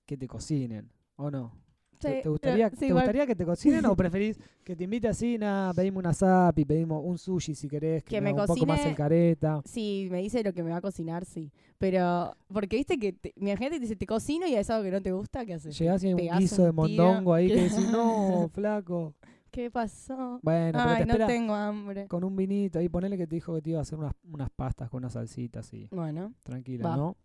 S2: que te cocinen, ¿o no? ¿Te,
S3: Sí,
S2: te gustaría,
S3: pero- sí,
S2: te
S3: igual.
S2: gustaría que te cocinen o preferís que te invite así, nada, pedimos una zapi, pedimos un sushi si querés, que,
S3: Que
S2: me
S3: me
S2: haga un poco más
S3: cocine-
S2: el careta?
S3: Si me dice lo que me va a cocinar, sí. Pero, porque viste que te- mi gente te dice, te cocino y es algo que no te gusta, ¿qué haces?
S2: Llegás y hay un
S3: pegás
S2: guiso
S3: un
S2: de
S3: tiro.
S2: mondongo ahí que decís, no, flaco.
S3: ¿Qué pasó?
S2: Bueno, pero te
S3: Ay,
S2: espera
S3: no tengo hambre.
S2: con un vinito ahí, ponele que te dijo que te iba a hacer unas, unas pastas con una salsita así,
S3: Bueno.
S2: tranquila,
S3: Va.
S2: ¿no?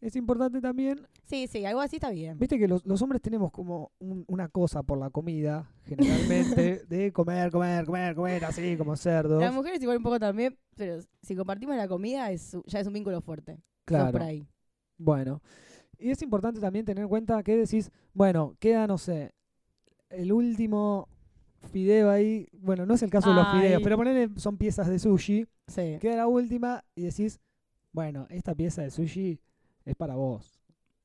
S2: Es importante también,
S3: Sí, sí, algo así está bien.
S2: viste que los, los hombres tenemos como un- una cosa por la comida, generalmente, de comer, comer, comer, comer, así como cerdos.
S3: Las mujeres igual un poco también, pero si compartimos la comida es, u- ya es un vínculo fuerte. Eso
S2: Claro.
S3: por ahí.
S2: Bueno, y es importante también tener en cuenta que decís, bueno, queda, no sé, el último fideo ahí, bueno, no es el caso de los fideos,
S3: Ay.
S2: pero ponele, son piezas de sushi,
S3: Sí.
S2: queda la última y decís, bueno, esta pieza de sushi es para vos.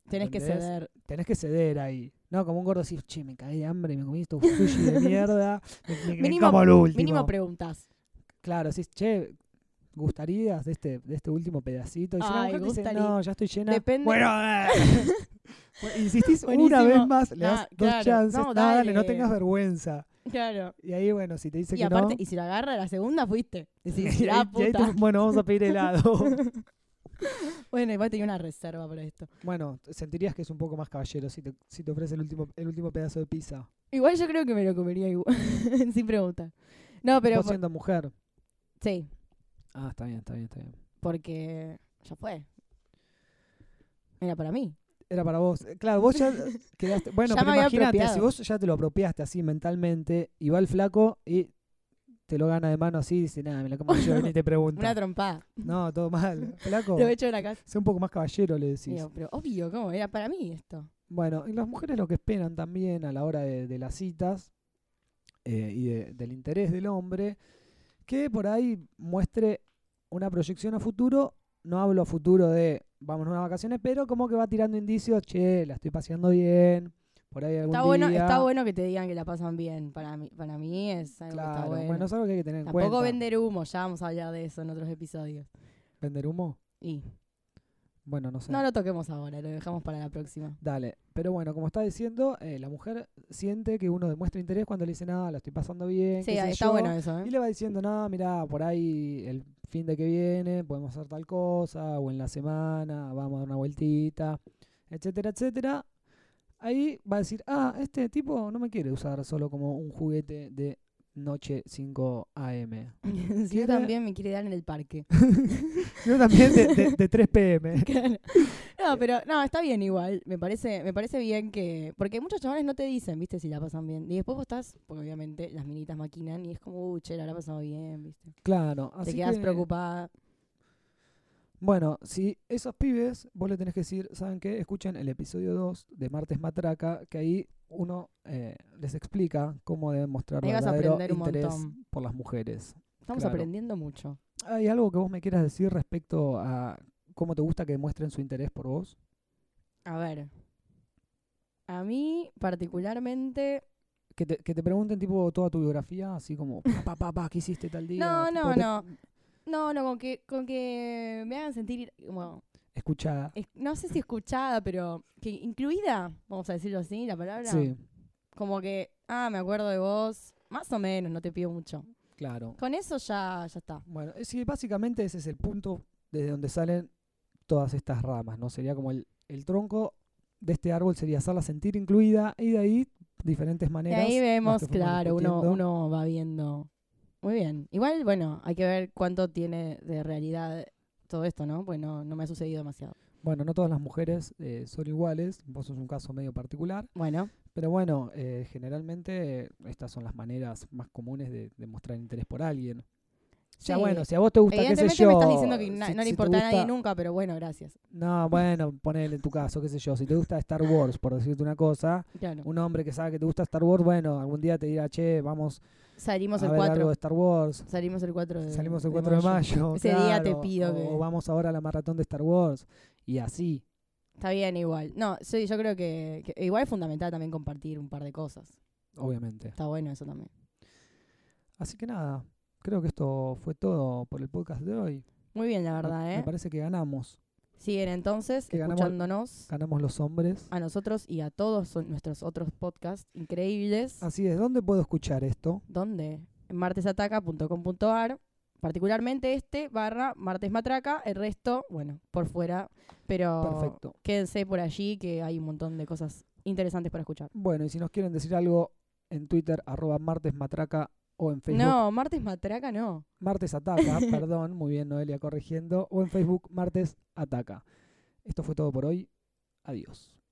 S3: Tenés que
S2: ¿entendés?
S3: ceder.
S2: Tenés que ceder ahí. No, como un gordo decís, che, me caí de hambre, me comí estos sushi de mierda, me, me- me
S3: Mínimo-
S2: como el último.
S3: Mínimo preguntas.
S2: claro, decís, che, ¿gustarías de este, de este último pedacito? Y si la
S3: Ay,
S2: mujer te dice,
S3: gustaría.
S2: no, ya estoy llena.
S3: Depende-
S2: Bueno, eh. Bueno, insistís una
S3: Buenísimo.
S2: vez más, le das
S3: Ah,
S2: dos
S3: claro.
S2: chances,
S3: No,
S2: no, dale. no
S3: dale.
S2: tengas vergüenza.
S3: Claro.
S2: Y ahí, bueno, si te dice
S3: Y
S2: que
S3: aparte,
S2: no...
S3: y si lo agarra la segunda, fuiste. Decís,
S2: y ahí-
S3: la
S2: y ahí te-
S3: puta.
S2: bueno, vamos a pedir helado.
S3: Bueno, igual tenía una reserva para esto.
S2: Bueno, t- sentirías que es un poco más caballero si te, si te ofrece el último, el último pedazo de pizza.
S3: Igual yo creo que me lo comería igual. Sin preguntar. No, pero.
S2: Vos
S3: por-
S2: siendo mujer.
S3: sí.
S2: Ah, está bien, está bien, está bien.
S3: Porque ya fue. Era para mí.
S2: Era para vos. Eh, Claro, vos ya quedaste. Bueno,
S3: Ya me
S2: pero
S3: había
S2: imagínate,
S3: apropiado.
S2: si vos ya te lo apropiaste así mentalmente y va el flaco y te lo gana de mano así y dice, nada, me la como yo, ni te
S3: Una
S2: pregunta.
S3: trompada.
S2: No, todo mal. Flaco,
S3: Lo he hecho de la casa.
S2: sé un poco más caballero, le decís.
S3: Digo, pero obvio, ¿cómo? Era para mí esto.
S2: Bueno, y las mujeres lo que esperan también a la hora de, de las citas eh, y de- del interés del hombre, que por ahí muestre una proyección a futuro, no hablo a futuro de vamos a unas vacaciones, pero como que va tirando indicios, che, la estoy paseando bien, por ahí algún
S3: Está bueno,
S2: día.
S3: está bueno que te digan que la pasan bien. Para mí, para mí es algo que está
S2: Claro, bueno.
S3: bueno.
S2: es algo que hay que tener en
S3: Tampoco
S2: cuenta.
S3: vender humo, ya vamos a hablar de eso en otros episodios.
S2: ¿Vender humo?
S3: Y
S2: Bueno, no sé.
S3: no lo toquemos ahora, lo dejamos para la próxima.
S2: Dale, pero bueno, como está diciendo, eh, la mujer siente que uno demuestra interés cuando le dice, nada, la estoy pasando bien,
S3: Sí,
S2: qué sé
S3: está
S2: yo".
S3: bueno eso,
S2: Y
S3: ¿eh?
S2: le va diciendo, no, mira, por ahí el fin de que viene podemos hacer tal cosa, o en la semana vamos a dar una vueltita, etcétera, etcétera. Ahí va a decir, ah, este tipo no me quiere usar solo como un juguete de noche 5 AM.
S3: Sí,
S2: Quiere-
S3: yo también me quiere dar en el parque.
S2: Yo también de, de- de 3 PM.
S3: Claro. No, pero no, está bien igual. Me parece, me parece bien que. Porque muchos chavales no te dicen, viste, si la pasan bien. Y después vos estás, porque obviamente las minitas maquinan y es como, uh, che, la habrá pasado bien, viste.
S2: Claro, así
S3: te quedas
S2: que,
S3: preocupada.
S2: Bueno, si esos pibes, vos le tenés que decir, ¿saben qué? Escuchen el episodio 2 de Martes Matraca, que ahí uno eh, les explica cómo deben mostrar
S3: Ahí vas a
S2: verdadero
S3: aprender un
S2: interés
S3: montón.
S2: por las mujeres.
S3: Estamos
S2: Claro.
S3: aprendiendo mucho.
S2: ¿Hay algo que vos me quieras decir respecto a cómo te gusta que muestren su interés por vos?
S3: A ver. A mí, particularmente.
S2: Que te, que te pregunten tipo toda tu biografía, así como, papá, papá, ¿qué hiciste tal día?
S3: No,
S2: Tipo,
S3: no,
S2: te-
S3: no. No, no, con que, con que me hagan sentir como
S2: Escuchada.
S3: es- no sé si escuchada, pero que incluida, vamos a decirlo así, la palabra.
S2: Sí,
S3: Como que, ah, me acuerdo de vos, más o menos, no te pido mucho.
S2: claro.
S3: Con eso ya, ya está.
S2: Bueno, eh, sí, básicamente ese es el punto desde donde salen todas estas ramas, ¿no? Sería como el, el tronco de este árbol sería hacerla sentir incluida y de ahí diferentes
S3: Y
S2: maneras.
S3: ahí
S2: las
S3: vemos,
S2: que fuimos
S3: claro, uno,
S2: discutiendo.
S3: uno va viendo. Muy bien. Igual, bueno, hay que ver cuánto tiene de realidad todo esto, ¿no? Porque no, no me ha sucedido demasiado.
S2: Bueno, no todas las mujeres eh, son iguales, vos sos un caso medio particular.
S3: Bueno,
S2: Pero bueno, eh, generalmente eh, estas son las maneras más comunes de, de mostrar interés por alguien. O sea,
S3: Sí.
S2: bueno, si a vos te gusta, qué sé
S3: evidentemente
S2: yo.
S3: me estás diciendo que na-
S2: si- si
S3: no le
S2: te
S3: importa a nadie
S2: gusta-
S3: nunca, pero bueno, gracias.
S2: No, bueno, ponele en tu caso, qué sé yo. Si te gusta Star Wars, por decirte una cosa,
S3: Claro.
S2: un hombre que sabe que te gusta Star Wars, bueno, algún día te dirá, che, vamos
S3: Salimos
S2: a
S3: el
S2: ver algo de
S3: 4.
S2: Star Wars.
S3: Salimos el 4 de
S2: Salimos el 4 de mayo.
S3: Eh, Ese día te
S2: claro,
S3: pido
S2: o,
S3: que-
S2: o vamos ahora a la maratón de Star Wars. Y así.
S3: Está bien igual. No, sí, yo creo que, que igual es fundamental también compartir un par de cosas.
S2: Obviamente.
S3: Está bueno eso también.
S2: Así que nada, creo que esto fue todo por el podcast de hoy.
S3: Muy bien, la
S2: Me-
S3: verdad,
S2: Me
S3: ¿eh?
S2: parece que ganamos.
S3: Siguen entonces
S2: Que ganamos-
S3: escuchándonos
S2: Ganamos los hombres.
S3: a nosotros y a todos son- nuestros otros podcasts increíbles.
S2: Así es, ¿dónde puedo escuchar esto?
S3: ¿Dónde? En martesataca.com.ar. Particularmente este, barra Martes Matraca. El resto, bueno, por fuera. Pero
S2: Perfecto.
S3: quédense por allí que hay un montón de cosas interesantes para escuchar.
S2: Bueno, y si nos quieren decir algo en Twitter, arroba martesmatraca o en Facebook,
S3: No, Martes Matraca no.
S2: martes ataca, perdón, muy bien Noelia corrigiendo, o en Facebook, martes ataca. Esto fue todo por hoy. Adiós.